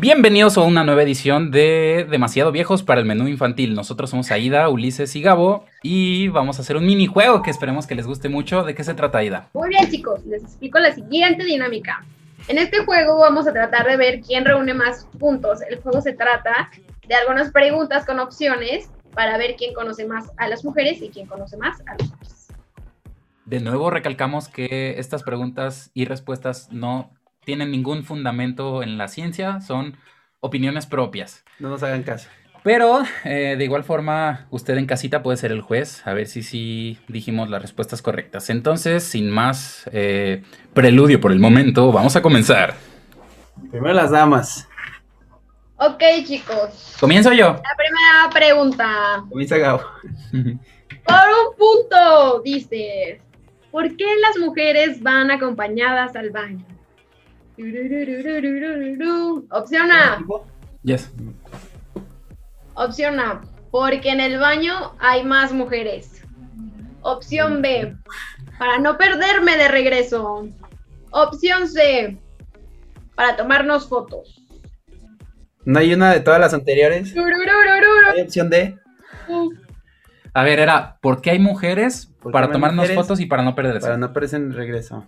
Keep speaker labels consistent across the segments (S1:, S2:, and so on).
S1: Bienvenidos a una nueva edición de Demasiado Viejos para el Menú Infantil. Nosotros somos Aida, Ulises y Gabo y vamos a hacer un minijuego que esperemos que les guste mucho. ¿De qué se trata, Aida?
S2: Muy bien, chicos, les explico la siguiente dinámica. En este juego vamos a tratar de ver quién reúne más puntos. El juego se trata de algunas preguntas con opciones para ver quién conoce más a las mujeres y quién conoce más a los hombres.
S1: De nuevo recalcamos que estas preguntas y respuestas no tienen ningún fundamento en la ciencia, son opiniones propias.
S3: No nos hagan caso.
S1: Pero eh, de igual forma, usted en casita puede ser el juez, a ver si sí dijimos las respuestas correctas. Entonces, sin más eh, preludio por el momento, vamos a comenzar.
S3: Primero las damas.
S2: Ok, chicos,
S1: Comienzo yo.
S2: la primera pregunta.
S3: Comienza Gabo.
S2: Por un punto, dice, ¿por qué las mujeres van acompañadas al baño? Turururururururu. Opción A,
S1: Yes.
S2: opción A, porque en el baño hay más mujeres. Opción B, para no perderme de regreso. Opción C, para tomarnos fotos.
S3: No hay una de todas las anteriores.
S2: Turururururu.
S3: Hay opción D.
S1: A ver, era, ¿por qué hay mujeres
S3: ¿Por qué
S1: para
S3: hay
S1: tomarnos
S3: mujeres?
S1: fotos y para no perderse?
S3: Para no aparecer en regreso.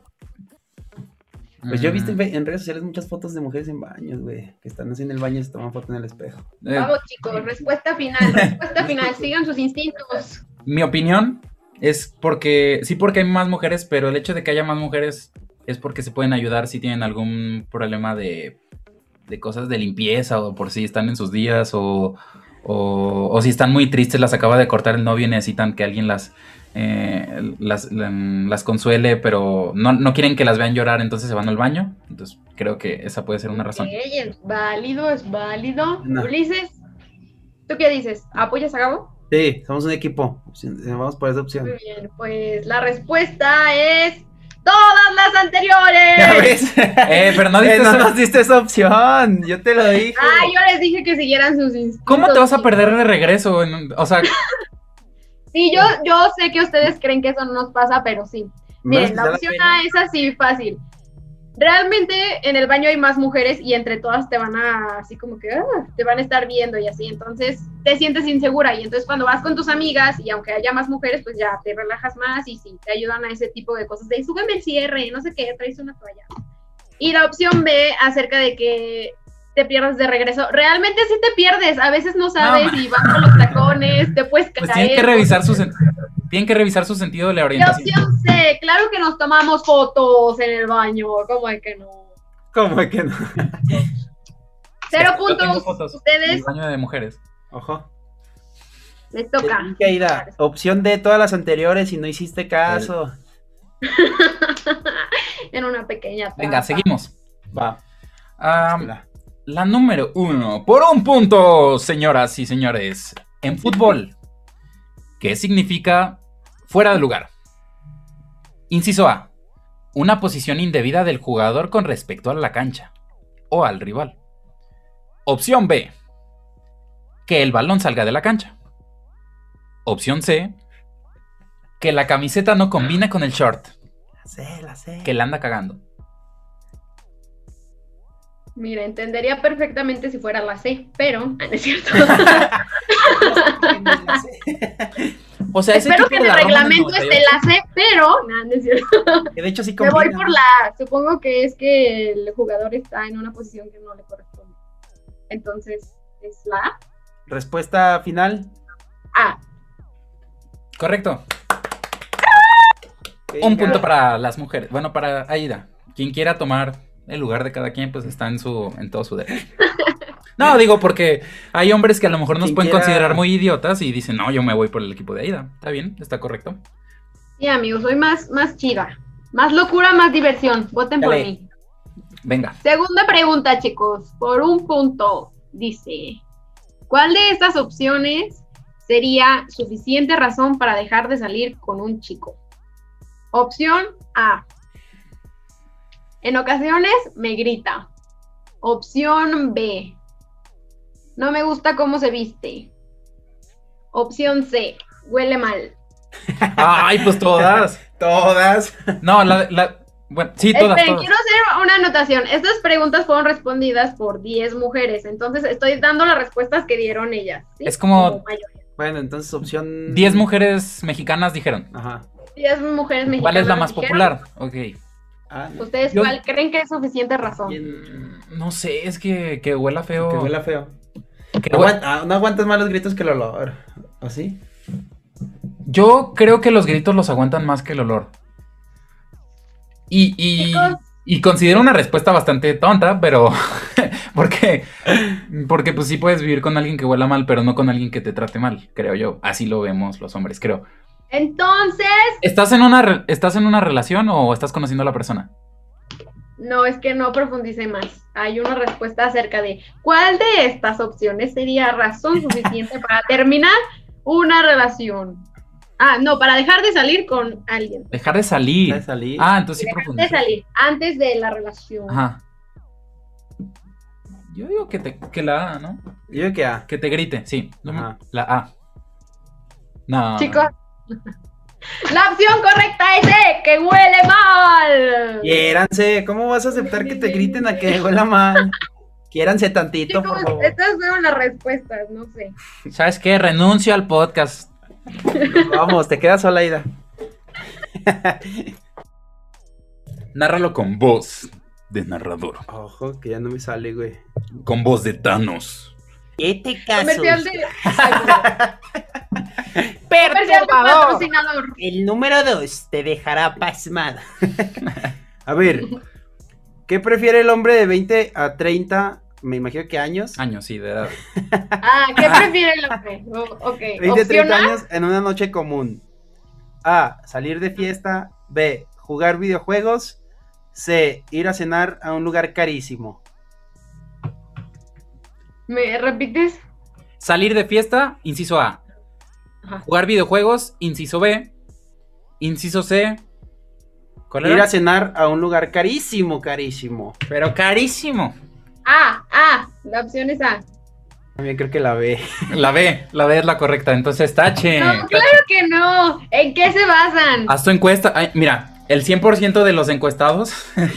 S3: Pues yo he
S1: Mm.
S3: visto en en redes sociales muchas fotos de mujeres en baños, güey. Que están así en el baño y se toman foto en el espejo.
S1: Eh,
S2: Vamos chicos, respuesta final, respuesta final, sigan sus instintos.
S1: mi opinión es porque, sí porque hay más mujeres, pero el hecho de que haya más mujeres es porque se pueden ayudar si tienen algún problema de, de cosas de limpieza o por si están en sus días o, o- o si están muy tristes, las acaba de cortar el novio y necesitan que alguien las, eh, las, mm, las consuele, pero no, no quieren que las vean llorar, entonces se van al baño. Entonces creo que esa puede ser una razón.
S2: Ok, es válido, es válido.
S3: No.
S2: Ulises, ¿tú qué dices? ¿Apoyas a Gabo?
S3: Sí, somos un equipo. Opción- eh, Vamos por esa
S2: Muy
S3: opción.
S2: bien, pues la respuesta es todas las anteriores.
S3: ¿Ya ves?
S1: Eh, pero no
S3: Eh,
S1: diste
S3: no
S1: eso.
S3: nos diste esa opción. Yo te lo dije.
S2: Ah, yo les dije que siguieran sus instintos.
S1: ¿Cómo te vas a perder de regreso? En- O sea,
S2: Sí, yo, yo sé que ustedes creen que eso no nos pasa, pero sí.
S3: Menos
S2: Miren,
S3: que
S2: la
S3: sea
S2: opción
S3: pena.
S2: A es así fácil. Realmente en el baño hay más mujeres y entre todas te van a así como que ah, te van a estar viendo y así, entonces te sientes insegura y entonces cuando vas con tus amigas y aunque haya más mujeres pues ya te relajas más y sí, te ayudan a ese tipo de cosas de súbeme el cierre, no sé qué, traes una toalla. Y la opción B acerca de que te pierdas de regreso, realmente sí te pierdes, a veces no sabes
S1: ma-
S2: y vas con los tacones, te puedes caer.
S1: pues tienen que revisar su sen- tienen que revisar su sentido de la
S2: ¿Qué
S1: orientación.
S2: opción C? Claro que nos tomamos fotos en el baño. ¿Cómo es que no?
S3: ¿Cómo que no?
S2: Cero
S1: Yo tengo
S2: puntos.
S1: fotos.
S2: Ustedes
S1: El baño de mujeres.
S3: Ojo.
S2: les
S3: Te
S2: toca.
S3: dije, Aida, Opción D, todas las anteriores y no hiciste caso.
S2: en una pequeña. trampa.
S1: Venga, seguimos.
S3: Va.
S1: Am,
S3: la-
S1: la número uno. Por un punto, señoras y señores. En fútbol. ¿Qué significa fuera de lugar? Inciso A. Una posición indebida del jugador con respecto a la cancha o al rival. Opción B. Que el balón salga de la cancha. Opción C. Que la camiseta no combina con el short,
S3: la sé, la sé.
S1: que la anda cagando.
S2: Mira, entendería perfectamente si fuera la C, pero ah, no es cierto.
S3: La sé.
S1: O sea, ese
S2: Espero
S1: equipo
S2: que en
S1: de
S2: el
S1: la Roma del
S2: reglamento esté
S1: 98.
S2: la C, pero nah, no es cierto.
S3: Que de hecho sí
S2: Me voy
S3: combina.
S2: por la. Supongo que es que el jugador está en una posición que no le corresponde. Entonces, es la
S3: Respuesta final.
S2: A.
S1: Correcto. Un
S3: Venga.
S1: punto para las mujeres. Bueno, para Aida. Quien quiera tomar el lugar de cada quien, pues está en su, en todo su derecho. No, digo porque hay hombres que a lo mejor nos
S3: Quien
S1: pueden
S3: quiera-
S1: considerar muy idiotas y dicen, no, yo me voy por el equipo de Aida. Está bien, está correcto.
S2: Sí, amigos, soy más, más chida. Más locura, más diversión. Voten por
S3: Dale.
S2: mí.
S1: Venga.
S2: Segunda pregunta, chicos, por un punto. Dice, ¿cuál de estas opciones sería suficiente razón para dejar de salir con un chico? Opción A. En ocasiones me grita. Opción B. No me gusta cómo se viste. Opción C. Huele mal.
S1: Ay, pues todas.
S3: Todas.
S1: No, la, la- Bueno, sí, todas,
S2: Esperen,
S1: todas.
S2: Este, quiero hacer una anotación. Estas preguntas fueron respondidas por 10 mujeres, entonces estoy dando las respuestas que dieron ellas. ¿sí?
S1: Es como-
S2: mayoría.
S3: Bueno, entonces opción.
S1: 10 mujeres mexicanas dijeron.
S3: Ajá.
S2: 10 mujeres mexicanas.
S1: ¿Cuál es la más
S2: dijeron.
S1: popular? Ok.
S3: Ah, no.
S2: ¿Ustedes
S1: Yo-
S2: cuál creen que es suficiente razón?
S3: ¿Quién-
S1: No sé, es que, que huela feo.
S3: Que huela feo.
S1: Que
S3: No,
S1: huela-
S3: aguant- ah, no aguantas más los gritos que el olor. ¿O sí?
S1: Yo creo que los gritos los aguantan más que el olor. Y, y,
S2: Chicos.
S1: y considero una respuesta bastante tonta, pero porque, porque pues sí puedes vivir con alguien que huela mal, pero no con alguien que te trate mal, creo yo. Así lo vemos los hombres, creo.
S2: Entonces,
S1: ¿Estás en una, re- estás en una relación o estás conociendo a la persona?
S2: no, es que no profundice más. Hay una respuesta acerca de cuál de estas opciones sería razón suficiente para terminar una relación. Ah, no, para dejar de salir con alguien.
S1: Dejar de salir.
S3: Deja de salir.
S1: Ah, entonces sí
S2: Dejar de
S1: profundizó.
S2: salir antes de la relación.
S1: Ajá. Yo digo que, te, que la A, ¿no?
S3: Yo digo que ah.
S1: Que te grite, sí.
S3: Ajá.
S1: La A.
S3: Ah.
S1: No.
S2: Chicos, la opción correcta es E, que huele mal.
S3: Quiéranse, ¿cómo vas a aceptar que te griten a que huela mal? Quiéranse tantito,
S2: Chicos,
S3: por favor.
S2: estas fueron las respuestas, no sé.
S1: ¿Sabes qué? Renuncio al podcast.
S3: Vamos, te quedas sola, Ida.
S1: Nárralo con voz de narrador.
S3: Ojo, que ya no me sale, güey.
S1: Con voz de Thanos.
S4: Este
S2: Comercial
S4: caso,
S2: de... Comercial de patrocinador.
S4: el número 2 te dejará pasmada.
S3: A ver, ¿qué prefiere el hombre de 20 a 30, me imagino que años?
S1: Años, sí, de edad.
S2: Ah, ¿qué prefiere el hombre? O- Oh, ok,
S3: 20 a 30
S2: opcional.
S3: años en una noche común. A, salir de fiesta. B, jugar videojuegos. C, ir a cenar a un lugar carísimo.
S2: ¿Me repites?
S1: Salir de fiesta, inciso A.
S2: Ajá.
S1: Jugar videojuegos, inciso B. Inciso C. ¿Cuál
S3: Ir
S1: era?
S3: a cenar a un lugar carísimo, carísimo.
S1: Pero carísimo.
S2: A, A, la opción es A.
S3: También creo que la B.
S1: La B, la B es la correcta. Entonces, tache.
S2: No,
S1: tache.
S2: claro que no. ¿En qué se basan?
S3: Ah.
S1: Haz tu encuesta. Ay, mira, el 100% de los encuestados.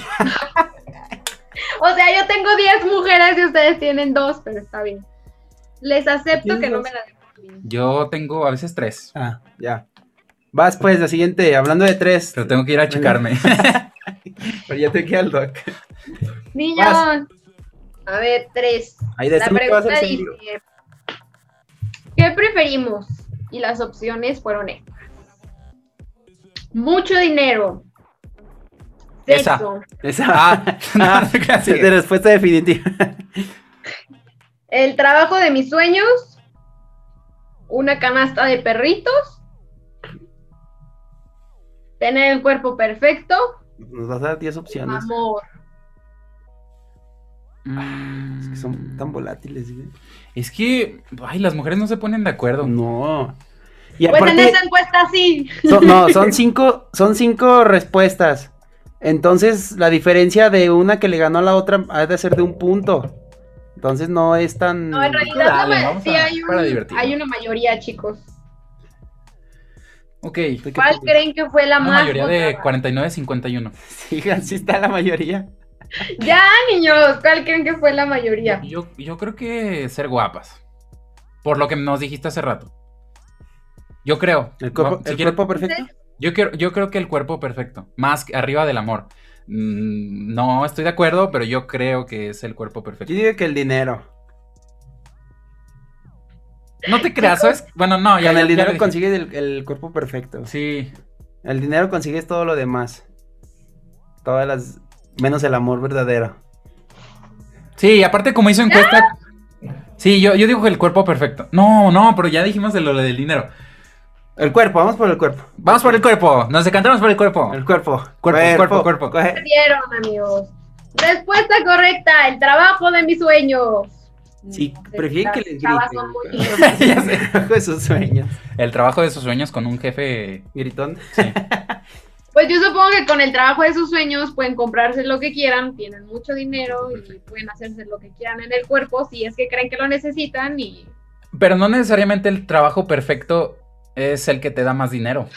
S2: O sea, yo tengo 10 mujeres y ustedes tienen dos, pero está bien. Les acepto que no me la den.
S1: Yo tengo a veces tres.
S3: Ah, ya. Vas pues, la siguiente, hablando de tres.
S1: Pero tengo que ir a checarme.
S3: Pero ya te queda el doc.
S2: Niños.
S3: Vas.
S2: A ver, tres.
S3: Ahí de
S2: La
S3: este me vas a
S2: pregunta
S3: hacer
S2: dice,
S3: serio.
S2: ¿qué preferimos? Y las opciones fueron estas. Mucho dinero.
S1: Esa.
S2: Sexo.
S3: Esa
S1: Ah, no, no te creas,
S3: es de
S1: sigue.
S3: respuesta definitiva.
S2: El trabajo de mis sueños. Una canasta de perritos. Tener el cuerpo perfecto.
S3: Nos vas a dar 10 opciones.
S2: Amor. Mm.
S3: Es que son tan volátiles, güey.
S1: Es que, ay, las mujeres no se ponen de acuerdo.
S3: No. Y
S2: Pues en
S3: aparte,
S2: esa encuesta sí.
S3: son- no, son cinco, son cinco respuestas. Entonces, la diferencia de una que le ganó a la otra ha de ser de un punto. Entonces, no es tan.
S2: No, en realidad la
S1: Dale,
S2: ma-
S1: vamos
S2: sí
S1: a-
S2: hay, un-
S1: para divertirnos.
S2: hay una mayoría, chicos.
S1: Ok.
S3: ¿Tú qué
S2: ¿Cuál
S3: opinas?
S2: creen que fue la
S1: Una
S2: más
S1: mayoría de
S2: votada?
S1: 49-51.
S3: Sí, así está la mayoría.
S2: Ya, niños, ¿cuál creen que fue la mayoría?
S1: Yo, yo creo que ser guapas. Por lo que nos dijiste hace rato. Yo creo.
S3: El cuerpo,
S1: No, si
S3: el
S1: quieres-
S3: cuerpo perfecto.
S1: yo, quiero- yo creo que el cuerpo perfecto. Más que arriba del amor. Mm, No estoy de acuerdo, pero yo creo que es el cuerpo perfecto.
S3: Yo digo que el dinero.
S1: No te creas, ¿sabes? Bueno, no, Ah, ya.
S3: Con
S1: ya-
S3: el
S1: ya
S3: dinero
S1: lo dije.
S3: consigues el, el cuerpo perfecto.
S1: Sí.
S3: El dinero consigues todo lo demás. Todas las. Menos el amor verdadero.
S1: Sí, y aparte como hizo encuesta. Sí, yo, yo digo que el cuerpo perfecto. No, no, pero ya dijimos de lo del dinero.
S3: El cuerpo, vamos por el cuerpo.
S1: Vamos por el cuerpo. Nos decantamos por el cuerpo.
S3: El cuerpo.
S1: Cuerpo, cuerpo, cuerpo.
S3: Coge-
S2: Perdieron, amigos. Respuesta correcta, el trabajo de mis sueños.
S3: Sí,
S2: No,
S3: prefieren
S2: las
S3: que les
S2: chavas
S3: griten,
S2: son muy
S3: güey.
S2: lindas.
S1: Ya sé.
S3: Coge sus sueños.
S1: El trabajo de sus sueños con un jefe.
S3: Gritón.
S1: sí.
S2: Pues yo supongo que con el trabajo de sus sueños pueden comprarse lo que quieran, tienen mucho dinero y pueden hacerse lo que quieran en el cuerpo si es que creen que lo necesitan y
S1: Pero no necesariamente el trabajo perfecto es el que te da más dinero.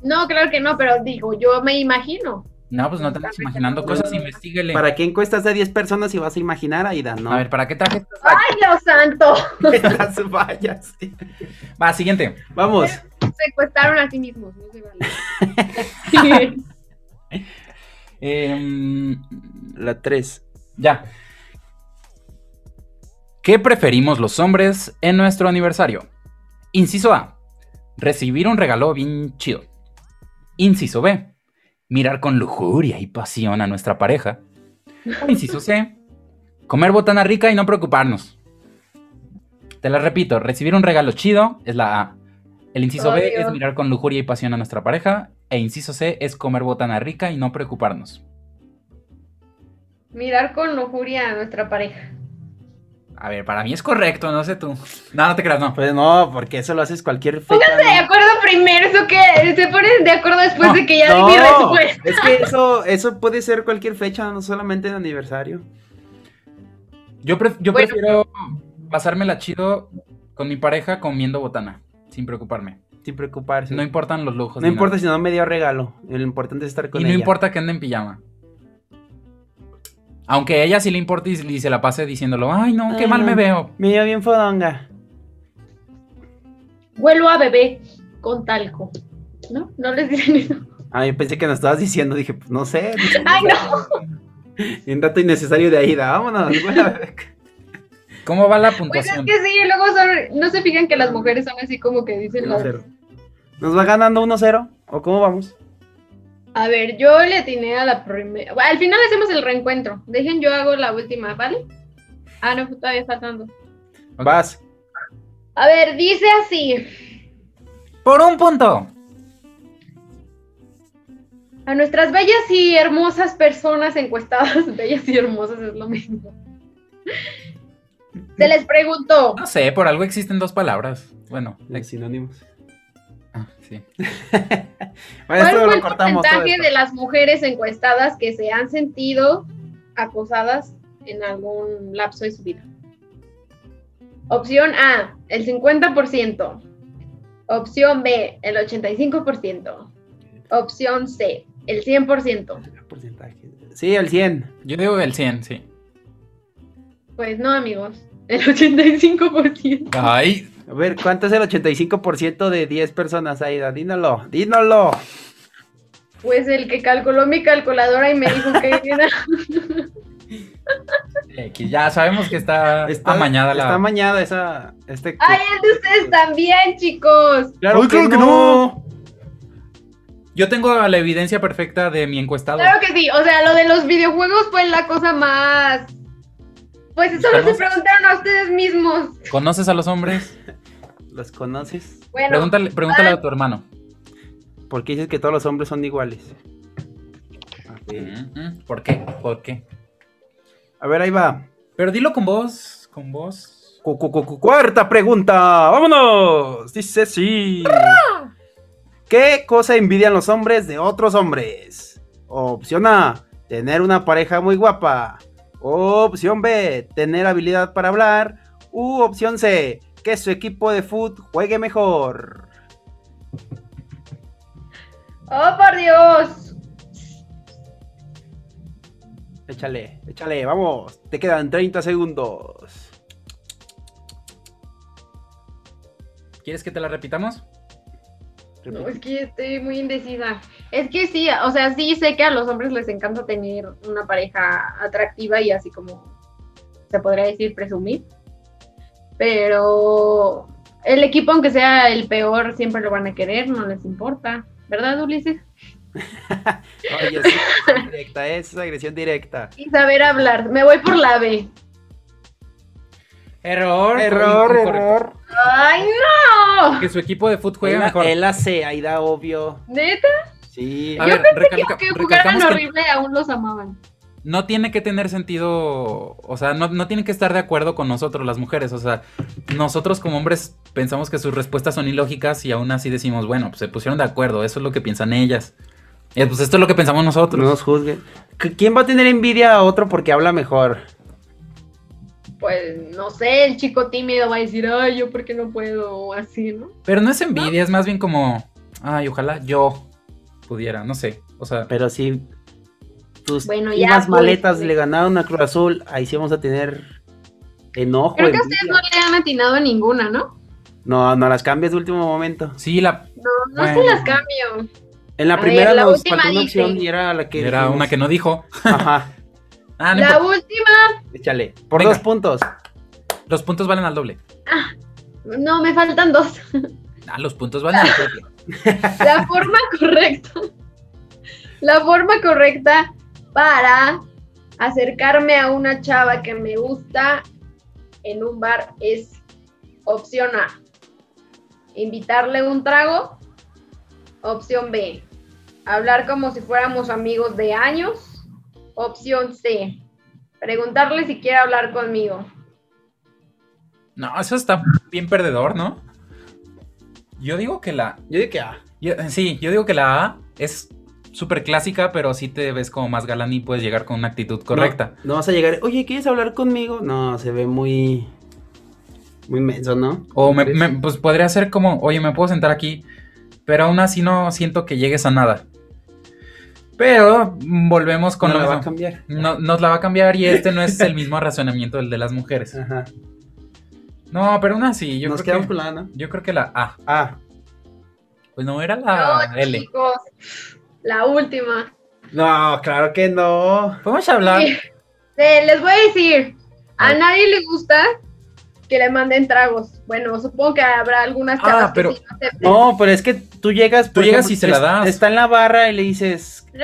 S2: no, claro que no, pero digo, yo me imagino.
S1: No, pues no te andes imaginando cosas, investiguele.
S3: ¿Para qué encuestas de 10 personas y vas a imaginar, Aida? No.
S1: A ver, ¿para qué traje?
S2: ¡Ay, Dios santo!
S3: Estas vallas.
S1: Va, siguiente.
S3: Vamos.
S2: Secuestraron a sí mismos. No se vale.
S1: Em,
S3: La 3.
S1: ya. ¿Qué preferimos los hombres en nuestro aniversario? Inciso A. Recibir un regalo bien chido. Inciso B. Mirar con lujuria y pasión a nuestra pareja. O inciso C. Comer botana rica y no preocuparnos. Te la repito, recibir un regalo chido es la A. El inciso B
S2: Obvio.
S1: es mirar con lujuria y pasión a nuestra pareja. E inciso C es comer botana rica y no preocuparnos.
S2: Mirar con lujuria a nuestra pareja.
S1: A ver, para mí es correcto, no sé tú. No, no te creas, no.
S3: Pues no, porque eso lo haces cualquier fecha.
S2: De acuerdo primero, ¿eso que Se ponen de acuerdo después
S3: No,
S2: de que ya
S3: no,
S2: di mi respuesta.
S3: Es que eso, eso puede ser cualquier fecha, no solamente en aniversario.
S1: Yo, pref- yo
S2: Bueno.
S1: prefiero pasármela chido con mi pareja comiendo botana, sin preocuparme.
S3: Sin preocuparse.
S1: No
S3: No,
S1: importan los lujos. ni
S3: importa si no me dio regalo. Lo importante es estar
S1: nada.
S3: con
S1: Y no
S3: ella.
S1: importa que ande en pijama. Aunque a ella sí le importe y, y se la pase diciéndolo, ay no, qué
S3: Ay,
S1: mal
S3: no.
S1: me veo.
S3: Me dio bien fodonga.
S2: Huelo a bebé con talco. ¿No? ¿No les dicen eso?
S3: Ah, yo pensé que nos estabas diciendo, dije, pues no sé.
S2: ¡Ay, no!
S3: Un dato innecesario de Aida, vámonos. güey.
S1: ¿Cómo va la
S2: Pues es
S1: puntuación?
S2: que sí, luego son... No se fijan que las mujeres son así como que dicen... las-
S3: 1-0. ¿Nos va ganando 1-0? ¿O cómo vamos?
S2: A ver, yo le atiné a la primera... Bueno, al final hacemos el reencuentro. Dejen, yo hago la última, ¿vale? Ah, no, todavía faltando.
S1: Ok.
S3: Vas.
S2: A ver, dice así.
S1: Por un punto.
S2: A nuestras bellas y hermosas personas encuestadas, bellas y hermosas es lo mismo. Se les preguntó,
S1: No sé, por algo existen dos palabras. Bueno,
S3: Los sinónimos.
S1: ah, sí.
S3: Bueno,
S2: ¿cuál
S3: esto
S2: fue
S3: lo
S2: el
S3: cortamos. todo
S2: porcentaje
S3: esto.
S2: de las mujeres encuestadas que se han sentido acosadas en algún lapso de su vida? Opción A, el 50%. Opción B, el 85%. Opción C, el 100%.
S3: Porcentaje. Sí, el 100.
S1: Yo digo el 100, sí.
S2: Pues no, amigos, el 85%.
S1: Ay,
S3: A ver, ¿cuánto es el 85% de 10 personas, Aida? Dínalo, dínalo.
S2: Pues el que calculó mi calculadora y me dijo que era.
S1: X, ya sabemos que está,
S3: Está
S1: amañada la...
S3: Está amañada esa. Este,
S2: ¡Ay, el de ustedes también, chicos!
S3: claro,
S1: Ay,
S3: que,
S1: claro que
S3: no.
S1: Yo tengo la evidencia perfecta de mi encuestado.
S2: Claro que sí, o sea, lo de los videojuegos fue la cosa más. Pues solo se
S1: Estamos-
S2: preguntaron a ustedes mismos.
S1: ¿Conoces a los hombres?
S3: ¿Los conoces?
S2: Bueno,
S1: Pregúntale, pregúntale
S2: Ah.
S1: a tu hermano.
S3: ¿Por qué dices que todos los hombres son iguales? A ver,
S1: Mm, mm, ¿Por qué? ¿Por qué?
S3: a ver, ahí va.
S1: Pero dilo con voz, con voz.
S3: Cu- cu- cu- cu- Cuarta pregunta. Vámonos. Dice sí. ¿Qué cosa envidian los hombres de otros hombres? Opción A. Tener una pareja muy guapa. Opción B. Tener habilidad para hablar. U opción C. Que su equipo de fútbol juegue mejor.
S2: ¡Oh, por Dios!
S3: Échale, échale, vamos. Te quedan 30 segundos.
S1: ¿Quieres que te la repitamos?
S2: No, es que estoy muy indecisa. Es que sí, o sea, sí sé que a los hombres les encanta tener una pareja atractiva y así como se podría decir presumir. Pero el equipo, aunque sea el peor, siempre lo van a querer, no les importa. ¿Verdad, Ulises?
S3: Oye, sí, es agresión directa, ¿eh? es agresión directa.
S2: Y saber hablar. Me voy por la B.
S1: Error.
S3: Error,
S1: Correcto.
S3: error.
S2: ¡Ay, no!
S1: Que su equipo de fútbol juegue
S3: Él-
S1: mejor.
S3: Él hace, ahí da obvio.
S2: Neta,
S3: Sí.
S1: A ver,
S2: Yo
S1: recalca-
S2: que jugaran
S1: recalcamos que
S2: horrible aún los amaban.
S1: no tiene que tener sentido, o sea, no, no tienen que estar de acuerdo con nosotros las mujeres, o sea, nosotros como hombres pensamos que sus respuestas son ilógicas y aún así decimos, bueno, pues se pusieron de acuerdo, eso es lo que piensan ellas. Eh, Pues esto es lo que pensamos nosotros.
S3: No nos juzguen. ¿Qui- ¿Quién va a tener envidia a otro porque habla mejor?
S2: Pues no sé, el chico tímido va a decir, ay, yo porque no puedo, o así, ¿no?
S1: Pero no es envidia, es más bien como, ay, ojalá yo pudiera, no sé. O sea,
S3: Pero sí, tus
S2: Bueno, ya,
S3: chivas
S2: pues.
S3: maletas le ganaron a Cruz Azul, ahí sí vamos a tener enojo.
S2: Creo que
S3: envidia.
S2: ustedes no le han atinado a ninguna, ¿no?
S3: No, no las cambies de último momento.
S1: Sí, la,
S2: No, no se
S1: Bueno.
S2: las cambio.
S3: En la
S2: A
S3: primera
S2: ver, la
S3: nos
S2: última
S3: faltó una
S2: dice.
S3: opción y era la que.
S1: era
S3: dijimos.
S1: una que no dijo.
S3: Ajá,
S1: Ah, no
S2: La
S1: importa.
S2: última,
S3: échale. Por
S1: Venga.
S3: dos puntos.
S1: Los puntos valen al doble.
S2: no, me faltan dos.
S1: Ah, los puntos valen al doble.
S2: La forma correcta. La forma correcta para acercarme a una chava que me gusta en un bar es opción A. Invitarle un trago. Opción B. Hablar como si fuéramos amigos de años. Opción C. Preguntarle si quiere hablar conmigo.
S1: No, eso está bien perdedor, ¿no? Yo digo que la.
S3: Yo dije que ah,
S1: yo- sí, yo digo que la A es súper clásica, pero sí te ves como más galán y puedes llegar con una actitud correcta.
S3: No, no vas a llegar. Oye, ¿quieres hablar conmigo? No, se ve muy. Muy menso, ¿no?
S1: O me,
S3: ¿Crees?
S1: me- pues podría ser como, oye, me puedo sentar aquí, pero aún así no siento que llegues a nada. Pero mm, volvemos con
S3: no
S1: lo
S3: la va a
S1: mismo.
S3: cambiar.
S1: No- nos la va a cambiar y este no es el mismo razonamiento del de las mujeres.
S3: Ajá.
S1: No, pero aún así, yo,
S3: Ah. Nos
S1: creo
S3: quedamos
S1: que,
S3: con la A, ¿no?
S1: yo creo que la A.
S3: Ah,
S1: Pues no, era la
S2: No,
S1: L.
S2: chicos. La última.
S3: no, claro que no.
S1: Podemos hablar.
S2: Sí. Eh, les voy a decir,
S1: A
S2: a
S1: ver.
S2: nadie le gusta que le manden tragos. Bueno, supongo que habrá algunas
S1: Ah,
S2: chavas
S1: pero-
S2: que sí lo acepten. No,
S3: No, pero es que tú llegas. por
S1: llegas y se la das.
S3: Está en la barra y le dices.
S2: no,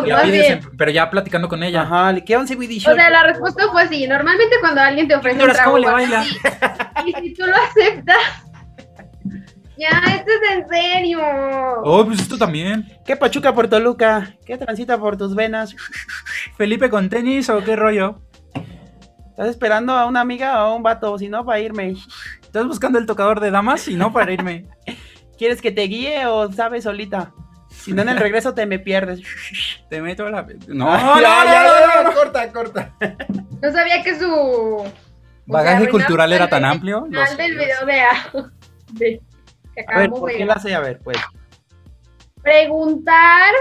S2: no,
S1: Ya
S2: más
S1: pides
S2: bien.
S1: en- pero ya platicando con ella.
S3: Ajá, le quedan CBD
S2: O sea, la respuesta fue sí. Normalmente cuando alguien te ofrece un
S1: Señoras,
S2: trago,
S1: ¿cómo le
S2: bueno,
S1: baila?
S2: sí. y si tú lo aceptas, ya, esto es en serio.
S1: Oh, pues esto también.
S3: ¿Qué Pachuca por Toluca? ¿Qué transita por tus venas?
S1: ¿Felipe con tenis o qué rollo?
S3: ¿Estás esperando a una amiga o a un vato? Si no, para irme.
S1: ¿Estás buscando el tocador de damas y no para irme?
S3: ¿Quieres que te guíe o sabes solita? Si no, en el regreso te me pierdes.
S1: Te meto la. No,
S3: Ah,
S1: no, no,
S3: ya, ya,
S1: no,
S3: ya,
S1: no, no.
S3: corta, corta.
S2: No sabía que su o sea,
S1: Bagaje
S2: arruinaron
S1: cultural era
S2: el
S1: tan
S2: final
S1: amplio. Los-
S2: del video de, A- de- que
S3: A ver,
S2: acabamos
S3: ¿por
S2: de
S3: qué la sé? A ver, pues.
S2: preguntar,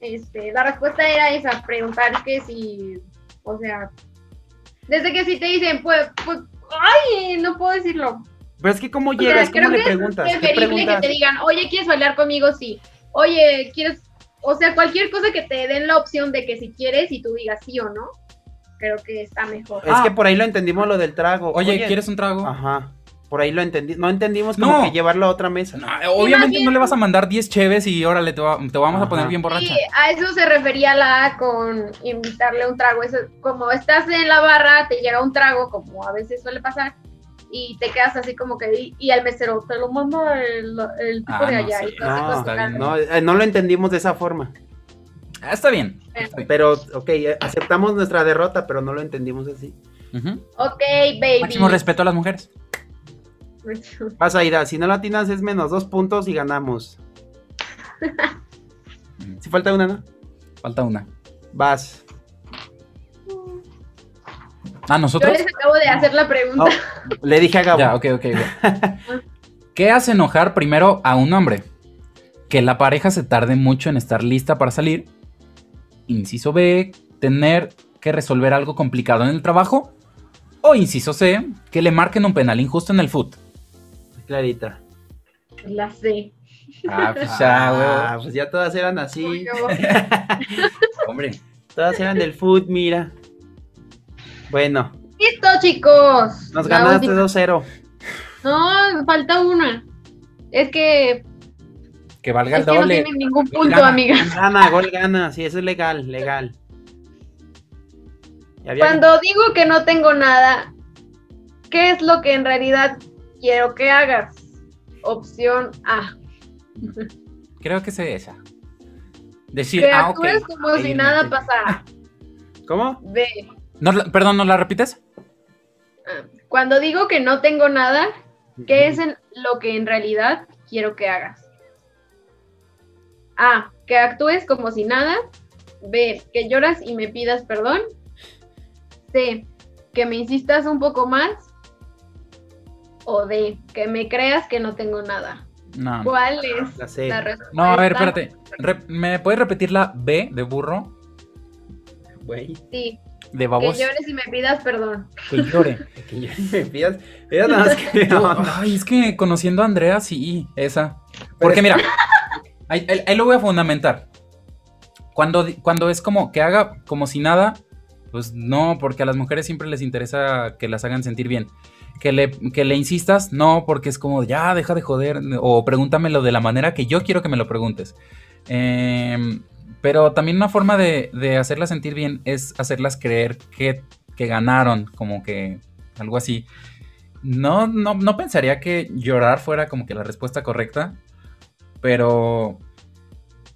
S2: este, la respuesta era esa, preguntar que si, o sea, desde que si te dicen, pues, pues, ay, no puedo decirlo.
S3: Pero es que cómo
S2: O sea,
S3: llegas, cómo
S2: creo
S3: le
S2: que
S3: preguntas,
S2: es
S3: qué
S2: preferible que
S3: preguntas.
S2: te digan, oye, ¿quieres bailar conmigo? Sí. Oye, ¿quieres? O sea, cualquier cosa que te den la opción de que si quieres y tú digas sí o no, creo que está mejor.
S3: Es que por ahí lo entendimos lo del trago.
S1: Oye, ¿quieres un trago?
S3: Ajá. Por ahí lo entendí. No entendimos como
S1: No.
S3: que llevarlo a otra mesa.
S1: No, obviamente
S2: bien-
S1: no le vas a mandar 10 cheves y órale, te, va- te vamos a poner
S3: Ajá.
S1: bien borracha.
S2: Sí, a eso se refería la A con invitarle un trago. Eso, como estás en la barra, te llega un trago, como a veces suele pasar, y te quedas así como que, y, y al mesero, te lo manda el, el tipo
S1: Ah,
S2: de
S1: no,
S2: allá.
S1: sí,
S2: y
S1: no,
S2: cosas
S3: No,
S1: está
S2: raras.
S1: bien,
S3: no, eh, no lo entendimos de esa forma.
S1: Ah, está bien. está bien.
S3: Pero, ok, eh, aceptamos nuestra derrota, pero no lo entendimos así.
S1: Ujú.
S2: Ok, baby.
S1: Máximo respeto a las mujeres.
S3: Vas a ir a, si no lo atinas es menos dos puntos y ganamos. Si falta una, ¿no?
S1: Falta una.
S3: Vas.
S1: Ah,
S2: Yo
S1: nosotros.
S2: les acabo de hacer la pregunta.
S3: No, le dije a Gabo.
S1: Ya, ok, ok. ok. ¿Qué hace enojar primero a un hombre? Que la pareja se tarde mucho en estar lista para salir. Inciso B, tener que resolver algo complicado en el trabajo. O inciso C, que le marquen un penal injusto en el foot.
S3: Clarita.
S2: La sé.
S1: Ah, pues
S3: Ah, pues ya todas eran así.
S1: Hombre.
S3: Todas eran del food, mira. Bueno,
S2: Listo, chicos.
S3: nos
S2: La
S3: ganaste
S2: última.
S3: 2-0.
S2: No, falta una. Es que,
S1: Que valga el
S2: es que no
S1: doble.
S2: tienen ningún
S1: Gana.
S2: punto, amiga.
S3: Gana, gol gana. Sí, eso es legal, legal. Y había-
S2: Cuando digo que no tengo nada, ¿qué es lo que en realidad quiero que hagas? Opción A.
S1: Creo que sea esa. Decir,
S2: Que
S1: ah, ok.
S2: actúes como si
S1: Ahí,
S2: nada
S1: ok. Ah.
S2: pasara.
S3: ¿Cómo?
S2: B.
S1: ¿No la- perdón, ¿no la repites?
S2: Cuando digo que no tengo nada, ¿qué es en- lo que en realidad quiero que hagas? A. Que actúes como si nada. B. Que lloras y me pidas perdón. C. Que me insistas un poco más. O D. Que me creas que no tengo nada.
S1: No. no.
S2: ¿Cuál es
S3: La C.
S2: la respuesta?
S1: No, a ver, espérate. Re- ¿Me puedes repetir la B de burro?
S3: güey.
S2: Sí,
S1: de
S2: que
S1: babos.
S2: llores y me pidas perdón.
S1: Que llore.
S3: Que yo me pidas. Mira nada más que.
S1: Ay, es que conociendo a Andrea, sí, esa. Porque mira, ahí, ahí- ahí lo voy a fundamentar. Cuando, di- cuando es como que haga como si nada, pues no, porque a las mujeres siempre les interesa que las hagan sentir bien. Que le, que le insistas, no, porque es como, ya, deja de joder, o pregúntamelo de la manera que yo quiero que me lo preguntes. Em, pero también una forma de, de hacerlas sentir bien es hacerlas creer que, que ganaron, como que algo así. No, no, no pensaría que llorar fuera como que la respuesta correcta, pero,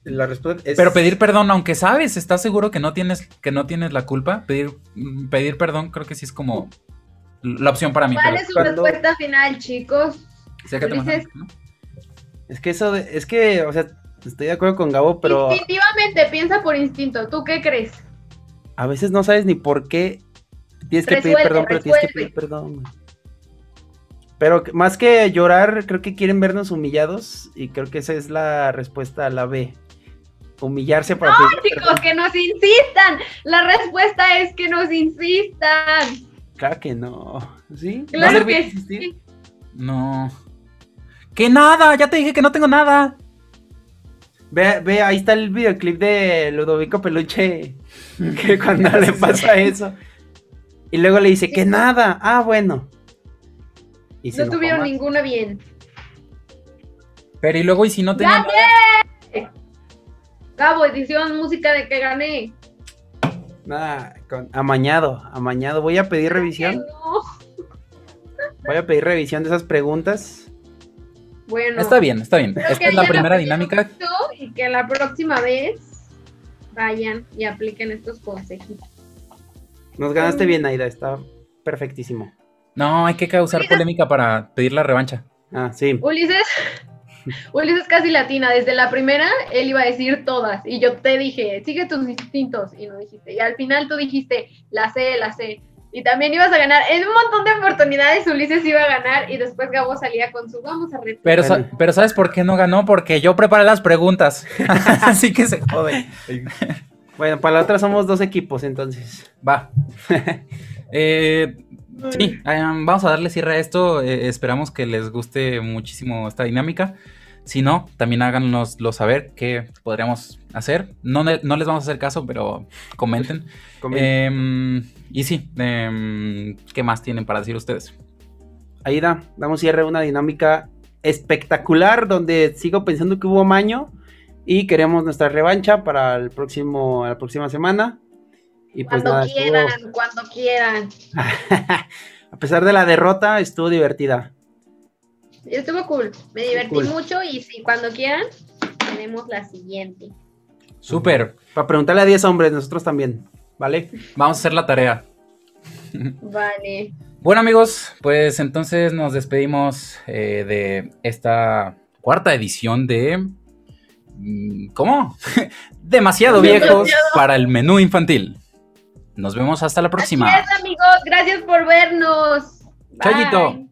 S3: La respuesta es.
S1: pero pedir perdón, aunque sabes, estás seguro que no tienes, que no tienes la culpa, pedir, mm, pedir perdón creo que sí es como la opción para mí.
S2: ¿Cuál
S1: pero-
S2: es su
S3: cuando-
S2: respuesta final, chicos?
S1: Acércate más,
S2: Ulises?
S1: ¿no?
S3: Es que eso. de- Es que, o sea, estoy de acuerdo con Gabo, pero
S2: Instintivamente, piensa por instinto. ¿Tú qué crees?
S3: a veces no sabes ni por qué. Tienes que pedir
S2: Resuelve,
S3: perdón, pero tienes que
S2: resuelve.
S3: pedir perdón, güey. Pero que- más que llorar, creo que quieren vernos humillados. Y creo que esa es la respuesta a la B. Humillarse para pedir perdón.
S2: Chicos, que nos insistan. La respuesta es que nos insistan.
S3: Claro que no. ¿Sí?
S2: Claro
S1: ser bien
S2: que
S3: insistir.
S2: sí.
S1: No. Que nada, ya te dije que no tengo nada.
S3: Ve, ve, ahí está el videoclip de Ludovico Peluche. Que cuando le pasa eso. Y luego le dice, que nada. Ah, bueno. Y se
S2: No
S3: enojó
S2: tuvieron
S3: más.
S2: ninguna bien.
S1: Pero y luego, y si no tenía. nada?
S2: Gabo, edición, música de que gané.
S3: Nada, con- amañado, amañado. Voy a pedir revisión.
S2: No.
S3: Voy a pedir revisión de esas preguntas.
S2: Bueno.
S1: Está bien, está bien.
S2: creo
S1: Esta
S2: que
S1: es la
S2: hayan
S1: primera
S2: aprendido
S1: dinámica.
S2: mucho Y que la próxima vez vayan y apliquen estos consejos.
S3: Nos ganaste
S2: Mm.
S3: bien, Aida. Está perfectísimo.
S1: No, hay que causar polémica para pedir la revancha.
S3: Ah, sí.
S2: Ulises, Ulises casi latina. Desde la primera, él iba a decir todas. Y yo te dije, sigue tus instintos. Y no dijiste. Y al final tú dijiste, la sé, la sé. Y también ibas a ganar. En un montón de oportunidades Ulises iba a ganar. Y después Gabo salía con su vamos a repetir.
S1: Pero, sa-
S3: Bueno.
S1: pero ¿sabes por qué no ganó? Porque yo preparé las preguntas. Así que se jode.
S3: Bueno, para la otra somos dos equipos entonces.
S1: Va. Eh, sí, em, vamos a darle cierre a esto. Eh, esperamos que les guste muchísimo esta dinámica. Si no, también háganoslo saber qué podríamos hacer. No, ne- no les vamos a hacer caso, pero comenten.
S3: Comenta.
S1: Em, y sí, em, ¿qué más tienen para decir ustedes?
S3: Aida, damos cierre a una dinámica espectacular donde sigo pensando que hubo maño y queremos nuestra revancha para el próximo, la próxima semana. Y pues
S2: Cuando
S3: nada,
S2: quieran,
S3: estuvo-
S2: cuando quieran.
S3: a pesar de la derrota, estuvo divertida.
S2: Estuvo cool. Me divertí
S3: cool.
S2: mucho. Y si cuando quieran, tenemos la siguiente.
S1: Súper,
S3: Para preguntarle a 10 hombres, nosotros también, ¿vale?
S1: vamos a hacer la tarea.
S2: Vale.
S1: Bueno amigos, pues entonces nos despedimos eh, de esta cuarta edición de... mm, ¿Cómo? Demasiado viejos
S2: Demasiado.
S1: para el menú infantil. Nos vemos hasta la próxima.
S2: Así es, amigos. Gracias por vernos. Bye.
S1: Chayito.